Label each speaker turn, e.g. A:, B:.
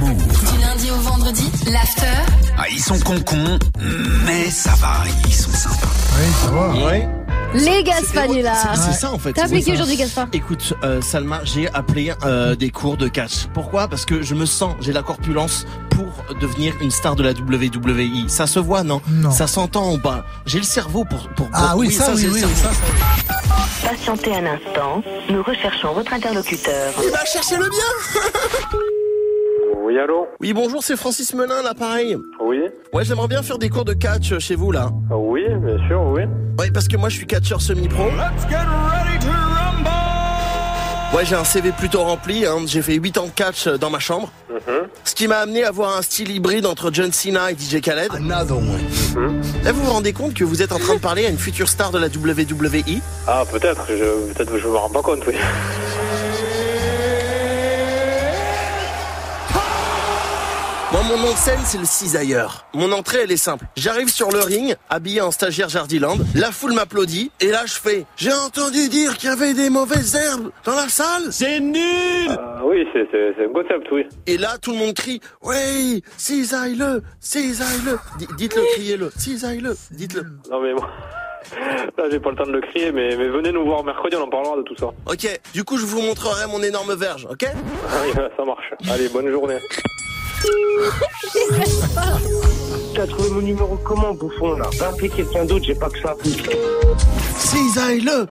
A: Move.
B: Du lundi au vendredi, l'after.
A: Ah, ils sont concons, mais ça va, ils sont sympas.
C: Oui, ça va.
D: Ah
E: Les Gaspagnolars.
D: C'est ça en fait.
E: T'as
D: c'est
E: appliqué
D: ça.
E: aujourd'hui, Gaspard
D: Écoute, euh, Salma, j'ai appelé euh, des cours de catch. Pourquoi Parce que je me sens, j'ai la corpulence pour devenir une star de la WWI. Ça se voit, non,
C: Non.
D: Ça s'entend en bas. J'ai le cerveau pour. pour,
C: Ah
D: pour-
C: oui, ça, oui,
D: j'ai le
C: oui,
D: cerveau.
C: ça, ça.
F: Patientez un instant, nous recherchons votre interlocuteur.
D: Il va chercher le bien
G: Oui, allô
D: Oui, bonjour, c'est Francis Melin, l'appareil.
G: Oui
D: Ouais, j'aimerais bien faire des cours de catch euh, chez vous, là.
G: Oui, bien sûr, oui.
D: Ouais, parce que moi, je suis catcheur semi-pro. Ouais, j'ai un CV plutôt rempli. hein. J'ai fait 8 ans de catch euh, dans ma chambre. Ce qui m'a amené à avoir un style hybride entre John Cena et DJ Khaled. Mhm.
C: Another one.
D: Là, vous vous rendez compte que vous êtes en train de parler à une future star de la E. WWI
G: Ah, peut-être, je, peut-être que je me rends pas compte, oui.
D: Moi, mon nom de scène, c'est le cisailleur. Mon entrée, elle est simple. J'arrive sur le ring, habillé en stagiaire Jardiland. La foule m'applaudit. Et là, je fais « J'ai entendu dire qu'il y avait des mauvaises herbes dans la salle
G: Ah, oui, c'est, c'est, c'est un concept, oui. !»
D: Et là, tout le monde crie « Oui, cisaille-le, cisaille-le » D- Dites-le, criez-le, cisaille-le, dites-le.
G: Non, mais moi... Là, j'ai pas le temps de le crier, mais, mais venez nous voir mercredi, on en parlera de tout ça.
D: Ok, du coup, je vous montrerai mon énorme verge, ok
G: Ah oui, ça marche. Allez, bonne journée.
H: T'as trouvé mon numéro comment, bouffon, là Va appeler quelqu'un d'autre, j'ai pas que ça.
D: Cisaille-le,